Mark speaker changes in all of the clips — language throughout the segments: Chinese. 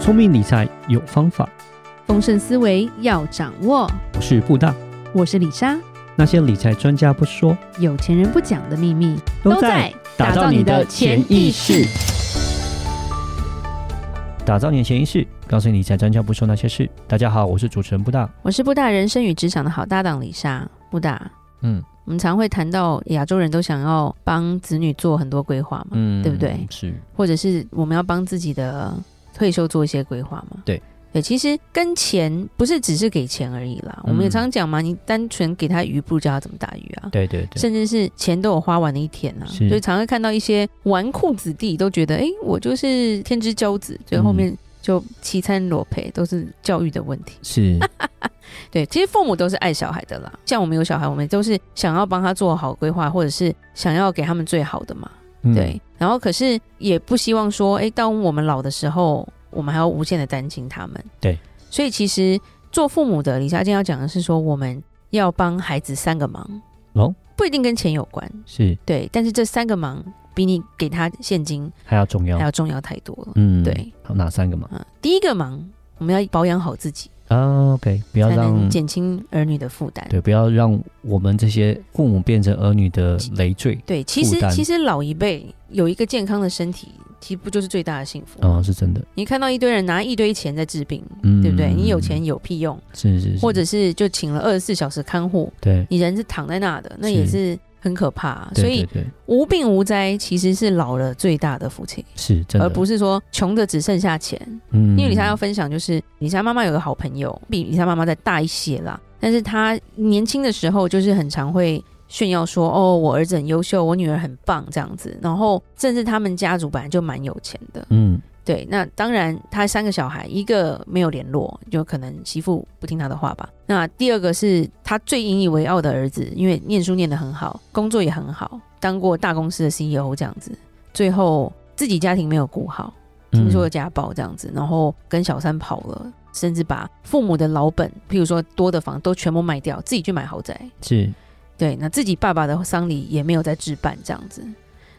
Speaker 1: 聪明理财有方法，
Speaker 2: 丰盛思维要掌握。
Speaker 1: 我是布大。
Speaker 2: 我是李莎，
Speaker 1: 那些理财专家不说，
Speaker 2: 有钱人不讲的秘密
Speaker 1: 打造你的潜意识。，打造你的潜意识，告诉你理财专家不说那些事。大家好，我是主持人布大。
Speaker 2: 我是布大人生与职场的好搭档李莎。布大，
Speaker 1: 嗯
Speaker 2: 我们常会谈到亚洲人都想要帮子女做很多规划嘛，
Speaker 1: 嗯
Speaker 2: 对不对？
Speaker 1: 是，
Speaker 2: 或者是我们要帮自己的退休做一些规划嘛？
Speaker 1: 对。
Speaker 2: 对，其实跟钱不是只是给钱而已啦。我们也
Speaker 1: 嗯
Speaker 2: 常讲嘛，你单纯给他鱼，不知道他怎么打鱼啊。
Speaker 1: 对对对，
Speaker 2: 甚至是钱都有花完的一天啊，
Speaker 1: 是
Speaker 2: 所以常会看到一些纨绔子弟都觉得，哎，我就是天之骄子，最后
Speaker 1: 嗯
Speaker 2: 面就凄惨裸陪，都是教育的问题。
Speaker 1: 是
Speaker 2: 对，其实父母都是爱小孩的啦，像我们有小孩，我们都是想要帮他做好规划，或者是想要给他们最好的嘛。
Speaker 1: 嗯
Speaker 2: 对，然后可是也不希望说，哎，当我们老的时候，我们还要无限的担心他们。
Speaker 1: 对，
Speaker 2: 所以其实做父母的，李佳静要讲的是说，我们要帮孩子三个忙
Speaker 1: 哦，
Speaker 2: 不一定跟钱有关，
Speaker 1: 是
Speaker 2: 对，但是这三个忙比你给他现金
Speaker 1: 还要重要
Speaker 2: 还。要重要太多了。
Speaker 1: 嗯，
Speaker 2: 对，
Speaker 1: 好，哪三个嘛？
Speaker 2: 嗯，第一个忙，我们要保养好自己，
Speaker 1: 啊，OK，不要
Speaker 2: 才能
Speaker 1: 让
Speaker 2: 减轻儿女的负担。
Speaker 1: 对，不要让我们这些父母变成儿女的累赘。
Speaker 2: 对，其
Speaker 1: 负
Speaker 2: 实
Speaker 1: 担
Speaker 2: 其实老一辈有一个健康的身体，其实不就是最大的幸福？
Speaker 1: 啊、是真的，
Speaker 2: 你看到一堆人拿一堆钱在治病，
Speaker 1: 嗯，
Speaker 2: 对不对？你有钱有屁用，
Speaker 1: 是是是，
Speaker 2: 或者是就请了二十四小时看护，
Speaker 1: 对，
Speaker 2: 你人是躺在那的，那
Speaker 1: 是
Speaker 2: 也是很可怕、
Speaker 1: 对
Speaker 2: 所以
Speaker 1: 对对
Speaker 2: 无病无灾其实是老了最大的福气，
Speaker 1: 是真的，
Speaker 2: 而不是说穷的只剩下钱。
Speaker 1: 嗯，
Speaker 2: 因为李莎要分享，就是李莎妈妈有个好朋友，比李莎妈妈再大一些啦，但是她年轻的时候就是很常会炫耀说，哦，我儿子很优秀，我女儿很棒这样子，然后甚至他们家族本来就蛮有钱的，
Speaker 1: 嗯
Speaker 2: 对，那当然她三个小孩，一个没有联络，就可能媳妇不听她的话吧，那第二个是她最引以为傲的儿子，因为念书念得很好，工作也很好，当过大公司的 CEO 这样子，最后自己家庭没有顾好。
Speaker 1: 嗯
Speaker 2: 听说有家暴这样子，然后跟小三跑了，甚至把父母的老本，譬如说多的房都全部卖掉，自己去买豪宅。
Speaker 1: 是
Speaker 2: 对，那自己爸爸的丧礼也没有在置办这样子。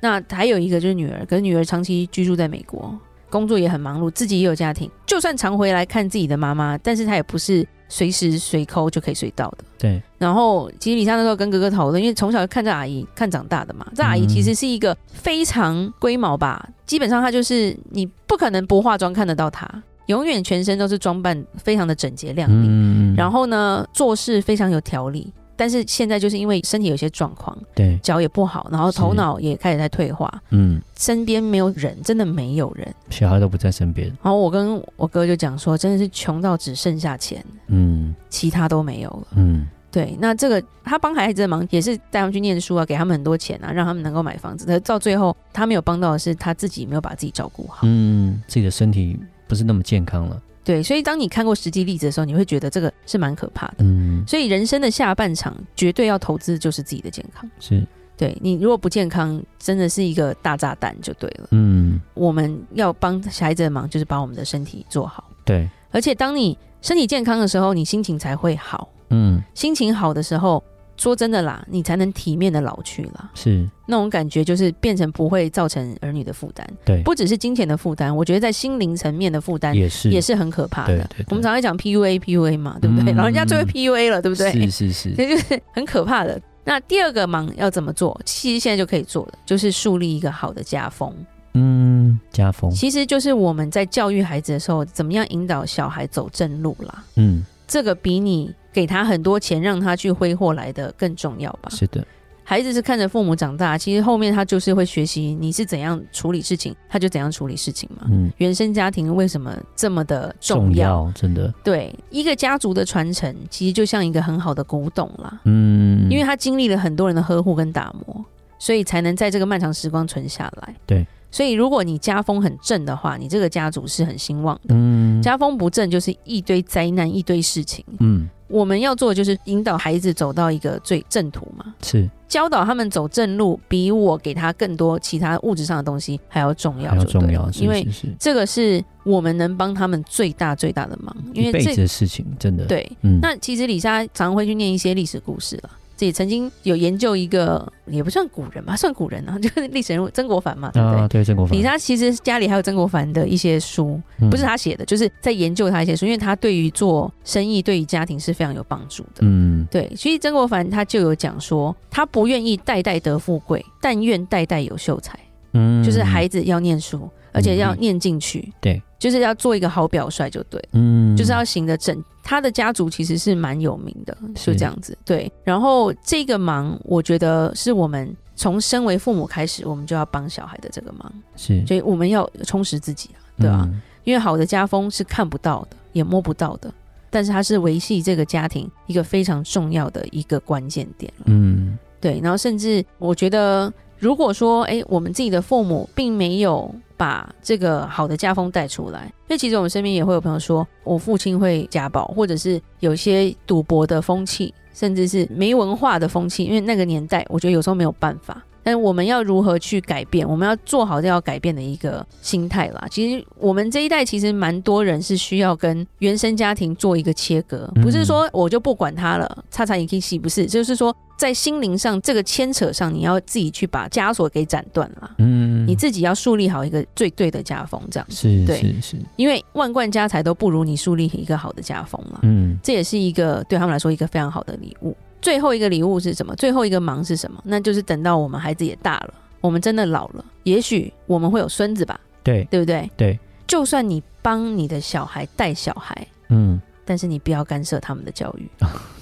Speaker 2: 那还有一个就是女儿，可是女儿长期居住在美国，工作也很忙碌，自己也有家庭，就算常回来看自己的妈妈，但是她也不是随时随抠就可以随到的。
Speaker 1: 对，
Speaker 2: 然后其实李莎那时候跟哥哥讨论，因为从小看这阿姨看长大的嘛，这阿
Speaker 1: 嗯
Speaker 2: 姨其实是一个非常龟毛吧，基本上她就是你不可能不化妆看得到她，永远全身都是装扮非常的整洁亮丽，
Speaker 1: 嗯
Speaker 2: 然后呢做事非常有条理。但是现在就是因为身体有些状况，
Speaker 1: 对，
Speaker 2: 脚也不好，然后
Speaker 1: 是
Speaker 2: 头脑也开始在退化，
Speaker 1: 嗯，
Speaker 2: 身边没有人，真的没有人。
Speaker 1: 小孩都不在身边，
Speaker 2: 然后我跟我哥就讲说，真的是穷到只剩下钱，
Speaker 1: 嗯
Speaker 2: 其他都没有了。
Speaker 1: 嗯
Speaker 2: 对，那这个他帮孩子的忙也是带他们去念书啊，给他们很多钱啊，让他们能够买房子。可是到最后，他没有帮到的是他自己没有把自己照顾好。
Speaker 1: 嗯，自己的身体不是那么健康了，
Speaker 2: 对，所以当你看过实际例子的时候，你会觉得这个是蛮可怕的。
Speaker 1: 嗯，
Speaker 2: 所以人生的下半场绝对要投资的就是自己的健康。
Speaker 1: 是，
Speaker 2: 对你如果不健康，真的是一个大炸弹就对了。
Speaker 1: 嗯，
Speaker 2: 我们要帮小孩子的忙就是把我们的身体做好，
Speaker 1: 对，
Speaker 2: 而且当你身体健康的时候，你心情才会好。
Speaker 1: 嗯，
Speaker 2: 心情好的时候，说真的啦，你才能体面的老去啦。
Speaker 1: 是，
Speaker 2: 那种感觉就是变成不会造成儿女的负担，
Speaker 1: 对，
Speaker 2: 不只是金钱的负担，我觉得在心灵层面的负担
Speaker 1: 也是
Speaker 2: 哎也是很可怕的。
Speaker 1: 对对对
Speaker 2: 我们常常讲 PUA PUA 嘛，对不对？
Speaker 1: 嗯
Speaker 2: 老人家最会 PUA 了，对不对？
Speaker 1: 是是是，
Speaker 2: 这就是很可怕的。那第二个忙要怎么做？其实现在就可以做的，就是树立一个好的家风。
Speaker 1: 嗯，家风，
Speaker 2: 其实就是我们在教育孩子的时候，怎么样引导小孩走正路啦。
Speaker 1: 嗯，
Speaker 2: 这个比你给他很多钱让他去挥霍来的更重要吧？
Speaker 1: 是的，
Speaker 2: 孩子是看着父母长大，其实后面他就是会学习你是怎样处理事情，他就怎样处理事情嘛。
Speaker 1: 嗯，
Speaker 2: 原生家庭为什么这么的
Speaker 1: 重
Speaker 2: 重要？
Speaker 1: 要，真的，
Speaker 2: 对，一个家族的传承其实就像一个很好的古董啦，
Speaker 1: 嗯，
Speaker 2: 因为他经历了很多人的呵护跟打磨，所以才能在这个漫长时光存下来。
Speaker 1: 对，
Speaker 2: 所以如果你家风很正的话，你这个家族是很兴旺的；
Speaker 1: 嗯，
Speaker 2: 家风不正，就是一堆灾难，一堆事情。
Speaker 1: 嗯，
Speaker 2: 我们要做的就是引导孩子走到一个最正途嘛。
Speaker 1: 是
Speaker 2: 教导他们走正路，比我给他更多其他物质上的东西还要重要
Speaker 1: 还要
Speaker 2: 就
Speaker 1: 重
Speaker 2: 对了，
Speaker 1: 要，是
Speaker 2: 因为
Speaker 1: 是是，
Speaker 2: 这个是我们能帮他们最大最大的忙，因
Speaker 1: 一
Speaker 2: 为
Speaker 1: 辈
Speaker 2: 这
Speaker 1: 子的事情，真的，，
Speaker 2: 对。
Speaker 1: 嗯，
Speaker 2: 那其实李莎常会去念一些历史故事了，这也曾经有研究一个，也不算古人吧，算古人啊， 就是历史人物曾国藩嘛，对不对？
Speaker 1: 啊，对，曾国藩
Speaker 2: 李，莎其实家里还有曾国藩的一些书，
Speaker 1: 嗯
Speaker 2: 不是，他写的，就是在研究他一些书，因为他对于做生意、对于家庭是非常有帮助的。
Speaker 1: 嗯
Speaker 2: 对，所以曾国藩他就有讲说，他不愿意代代得富贵，但愿代代有秀才，
Speaker 1: 嗯，
Speaker 2: 就是孩子要念书，而且要念进去，
Speaker 1: 对，
Speaker 2: 就是要做一个好表率就对，
Speaker 1: 嗯，
Speaker 2: 就是要行得正。他的家族其实是蛮有名的，
Speaker 1: 是
Speaker 2: 就这样子。对，然后这个忙，我觉得是我们从身为父母开始，我们就要帮小孩的这个忙，
Speaker 1: 是，
Speaker 2: 所以我们要充实自己啊，对啊。
Speaker 1: 嗯
Speaker 2: 因为好的家风是看不到的，也摸不到的，但是它是维系这个家庭一个非常重要的一个关键点了。
Speaker 1: 嗯
Speaker 2: 对，然后甚至我觉得，如果说诶我们自己的父母并没有把这个好的家风带出来，因为其实我们身边也会有朋友说，我父亲会家暴，或者是有一些赌博的风气，甚至是没文化的风气，因为那个年代，我觉得有时候没有办法。但是我们要如何去改变？我们要做好要改变的一个心态啦。其实我们这一代其实蛮多人是需要跟原生家庭做一个切割，
Speaker 1: 嗯
Speaker 2: 不是说我就不管他了，叉叉也可以洗，不是，就是说在心灵上这个牵扯上，你要自己去把枷锁给斩断啦。
Speaker 1: 嗯，
Speaker 2: 你自己要树立好一个最对的家风，这样，
Speaker 1: 是
Speaker 2: 对
Speaker 1: 是是，
Speaker 2: 因为万贯家财都不如你树立一个好的家风嘛。
Speaker 1: 嗯
Speaker 2: 这也是一个对他们来说一个非常好的礼物。最后一个礼物是什么？最后一个忙是什么？那就是等到我们孩子也大了，我们真的老了，也许我们会有孙子吧，
Speaker 1: 对，
Speaker 2: 对不对？
Speaker 1: 对，
Speaker 2: 就算你帮你的小孩带小孩，
Speaker 1: 嗯
Speaker 2: 但是你不要干涉他们的教育。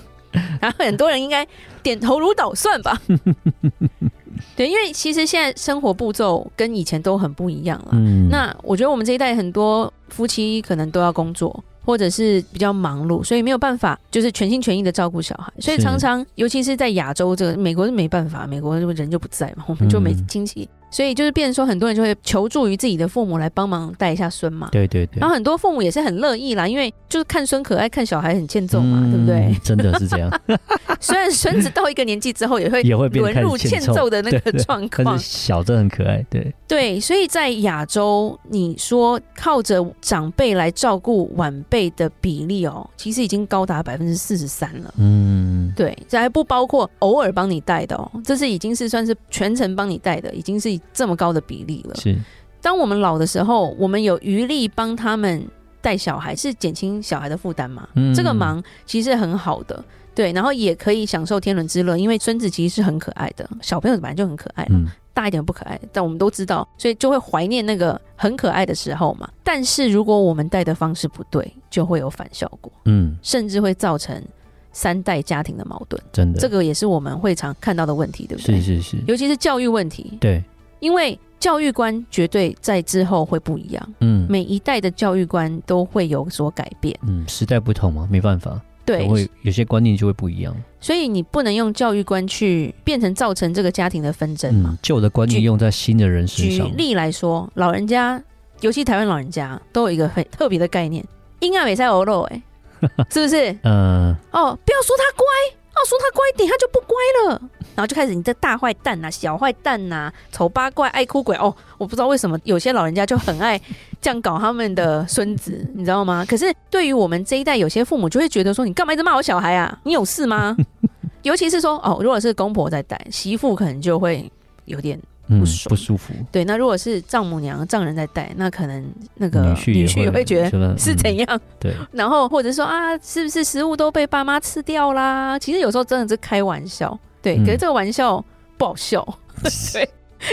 Speaker 2: 然后很多人应该点头如捣 蒜吧？对，因为其实现在生活步骤跟以前都很不一样了。
Speaker 1: 嗯，
Speaker 2: 那我觉得我们这一代很多夫妻可能都要工作，或者是比较忙碌，所以没有办法就是全心全意的照顾小孩。所以
Speaker 1: 是
Speaker 2: 常常，尤其是在亚洲这个美国是没办法，美国人就不在嘛，我们就没
Speaker 1: 嗯
Speaker 2: 亲戚，所以就是变成说很多人就会求助于自己的父母来帮忙带一下孙嘛。
Speaker 1: 对对对，
Speaker 2: 然后很多父母也是很乐意啦，因为就是看孙可爱，看小孩很欠揍嘛，对不对？
Speaker 1: 嗯？真的是这 样，
Speaker 2: 虽然孙子到一个年纪之后也会
Speaker 1: 也会变得
Speaker 2: 沦
Speaker 1: 开始
Speaker 2: 入欠
Speaker 1: 欠揍
Speaker 2: 揍的那个
Speaker 1: 对对
Speaker 2: 状况，
Speaker 1: 可是小真的很可爱，对，
Speaker 2: 对，所以在亚洲，你说靠着长辈来照顾晚辈的比例哦，其实已经高达百分之四十三了。
Speaker 1: 嗯
Speaker 2: 对，这还不包括偶尔帮你带的哦，这是已经是算是全程帮你带的，已经是这么高的比例了。
Speaker 1: 是，
Speaker 2: 当我们老的时候，我们有余力帮他们带小孩，是减轻小孩的负担嘛？
Speaker 1: 嗯
Speaker 2: 这个忙其实很好的，对，然后也可以享受天伦之乐，因为孙子其实是很可爱的，小朋友本来就很可爱啦。
Speaker 1: 嗯
Speaker 2: 大一点不可爱，但我们都知道，所以就会怀念那个很可爱的时候嘛。但是如果我们带的方式不对，就会有反效果，
Speaker 1: 嗯，
Speaker 2: 甚至会造成三代家庭的矛盾。
Speaker 1: 真的，
Speaker 2: 这个也是我们会常看到的问题，对不对？
Speaker 1: 是是是，
Speaker 2: 尤其是教育问题，
Speaker 1: 对，
Speaker 2: 因为教育观绝对在之后会不一样，
Speaker 1: 嗯
Speaker 2: 每一代的教育观都会有所改变。
Speaker 1: 嗯，时代不同嘛，没办法，
Speaker 2: 对
Speaker 1: 都，会有些观念就会不一样，
Speaker 2: 所以你不能用教育观去变成造成这个家庭的纷争嘛。
Speaker 1: 嗯，旧的观念
Speaker 2: 举
Speaker 1: 用在新的人身
Speaker 2: 举
Speaker 1: 上，
Speaker 2: 例来说，老人家，尤其台湾老人家，都有一个很特别的概念，婴儿没在欧肉，哎，是不是？
Speaker 1: 嗯
Speaker 2: 哦，不要说他乖，哦，说他乖一点，他就不乖了。然后就开始你这大坏蛋呐、小坏蛋呐、丑八怪、爱哭鬼哦，我不知道为什么有些老人家就很爱这样搞他们的孙子，你知道吗？可是对于我们这一代，有些父母就会觉得说，你干嘛一直骂我小孩啊？你有事吗？尤其是说哦，如果是公婆在带，媳妇可能就会有点
Speaker 1: 嗯
Speaker 2: 不爽
Speaker 1: 不舒服，
Speaker 2: 对，那如果是丈母娘、丈人在带，那可能那
Speaker 1: 女
Speaker 2: 个
Speaker 1: 婿嗯
Speaker 2: 女婿也会觉得
Speaker 1: 得
Speaker 2: 是怎
Speaker 1: 样？
Speaker 2: 样，
Speaker 1: 对，
Speaker 2: 然后或者说啊，是不是食物都被爸妈吃掉啦？其实有时候真的是开玩笑，对，可是
Speaker 1: 嗯
Speaker 2: 这个玩笑不 好笑，对。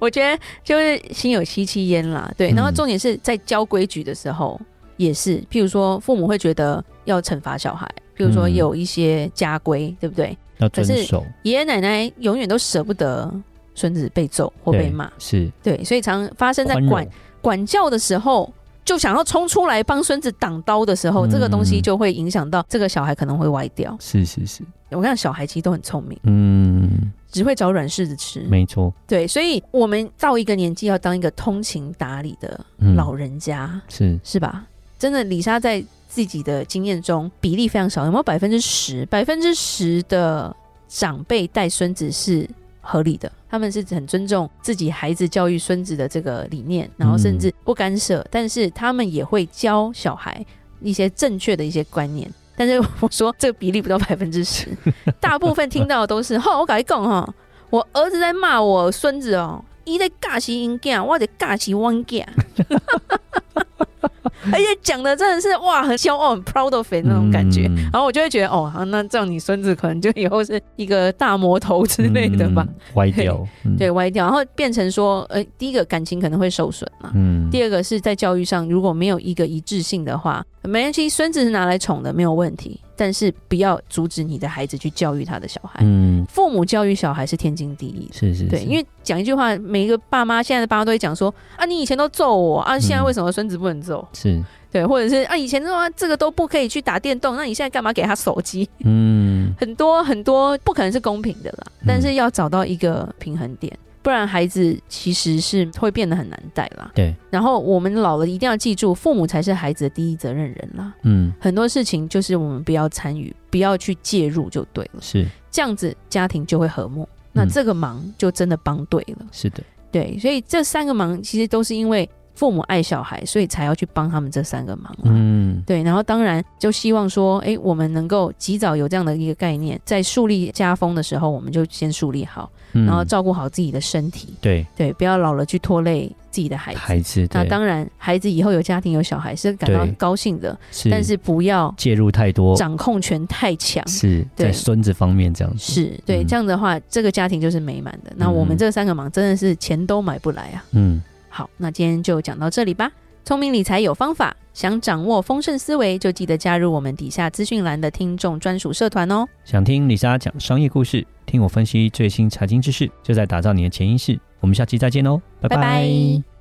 Speaker 2: 我觉得就是心有戚戚焉啦，对。然后
Speaker 1: 嗯
Speaker 2: 重点是在教规矩的时候也是，譬如说父母会觉得要惩罚小孩，譬如说
Speaker 1: 嗯
Speaker 2: 有一些家规，对不对？
Speaker 1: 要
Speaker 2: 可
Speaker 1: 遵
Speaker 2: 是
Speaker 1: 守
Speaker 2: 爷爷奶奶永远都舍不得孙子被揍或
Speaker 1: 对，
Speaker 2: 被骂，
Speaker 1: 是
Speaker 2: 对，所以常发生在
Speaker 1: 宽
Speaker 2: 管
Speaker 1: 容
Speaker 2: 管教的时候，就想要冲出来帮孙子挡刀的时候，
Speaker 1: 嗯
Speaker 2: 这个东西就会影响到这个小孩可能会歪掉。
Speaker 1: 是是是，
Speaker 2: 我看小孩其实都很聪明，
Speaker 1: 嗯，
Speaker 2: 只会找软柿子吃。
Speaker 1: 没错，
Speaker 2: 对，所以我们到一个年纪要当一个通情达理的
Speaker 1: 嗯，
Speaker 2: 老人家，
Speaker 1: 是
Speaker 2: 是吧？真的，李莎在自己的经验中比例非常少，有没有百分之十？百分之十的长辈带孙子是合理的，他们是很尊重自己孩子教育孙子的这个理念，然后甚至不干涉，但是他们也会教小孩一些正确的一些观念。但是我说这个比例不到百分之十，大部分听到的都是吼，我跟你讲哈，我儿子在骂我孙子哦，一在尬起音囝，我在尬起汪囝， 而且讲的真的是哇，很骄傲，很 proud of it 那种感觉。
Speaker 1: 嗯
Speaker 2: 然后我就会觉得，哦，好那这样你孙子可能就以后是一个大魔头 之类的吧，
Speaker 1: 嗯歪掉，嗯
Speaker 2: 对，，歪掉，然后变成说，呃，第一个感情可能会受损嘛，
Speaker 1: 嗯，
Speaker 2: 第二个是在教育上，如果没有一个一致性的话，没关系，孙子是拿来宠的，没有问题。但是不要阻止你的孩子去教育他的小孩。
Speaker 1: 嗯，
Speaker 2: 父母教育小孩是天经地义的，
Speaker 1: 是是，
Speaker 2: 对，
Speaker 1: 是
Speaker 2: 因为讲一句话，每一个爸妈现在的爸妈都会讲说啊，你以前都揍我啊，现在
Speaker 1: 嗯
Speaker 2: 为什么孙子不能揍？
Speaker 1: 是，
Speaker 2: 对，或者是啊，以前的话这个都不可以去打电动，那你现在干嘛给他手机？
Speaker 1: 嗯，
Speaker 2: 很多很多不可能是公平的啦，但是要找到一个平衡点，不然孩子其实是会变得很难带啦。
Speaker 1: 对，
Speaker 2: 然后我们老了一定要记住，父母才是孩子的第一责任人啦。
Speaker 1: 嗯，
Speaker 2: 很多事情就是我们不要参与，不要去介入就对了，
Speaker 1: 是
Speaker 2: 这样子家庭就会和睦。那
Speaker 1: 嗯
Speaker 2: 这个忙就真的帮对了，
Speaker 1: 是的，
Speaker 2: 对，所以这三个忙其实都是因为父母爱小孩，所以才要去帮他们这三个忙啦。
Speaker 1: 嗯，
Speaker 2: 对，然后当然就希望说，诶，我们能够及早有这样的一个概念，在树立家风的时候，我们就先树立好，
Speaker 1: 然
Speaker 2: 然后照顾好自己的身体，
Speaker 1: 嗯对
Speaker 2: 对，不要老了去拖累自己的孩子。
Speaker 1: 孩子，
Speaker 2: 那
Speaker 1: 对
Speaker 2: 当然，孩子以后有家庭有小孩是感到
Speaker 1: 对
Speaker 2: 高兴的，但是不要
Speaker 1: 介入太多，
Speaker 2: 掌控权太强。
Speaker 1: 是
Speaker 2: 对
Speaker 1: 在孙子方面这样子，
Speaker 2: 是对，
Speaker 1: 嗯
Speaker 2: 这样的话，这个家庭就是美满的。那我们
Speaker 1: 嗯
Speaker 2: 这三个忙真的是钱都买不来啊。
Speaker 1: 嗯，
Speaker 2: 好，那今天就讲到这里吧。聪明理财有方法，想掌握丰盛思维，就记得加入我们底下资讯栏的听众专属社团哦。
Speaker 1: 想听李莎讲商业故事，听我分析最新财经知识，就在打造你的潜意识。我们下期再见喽，拜
Speaker 2: 拜拜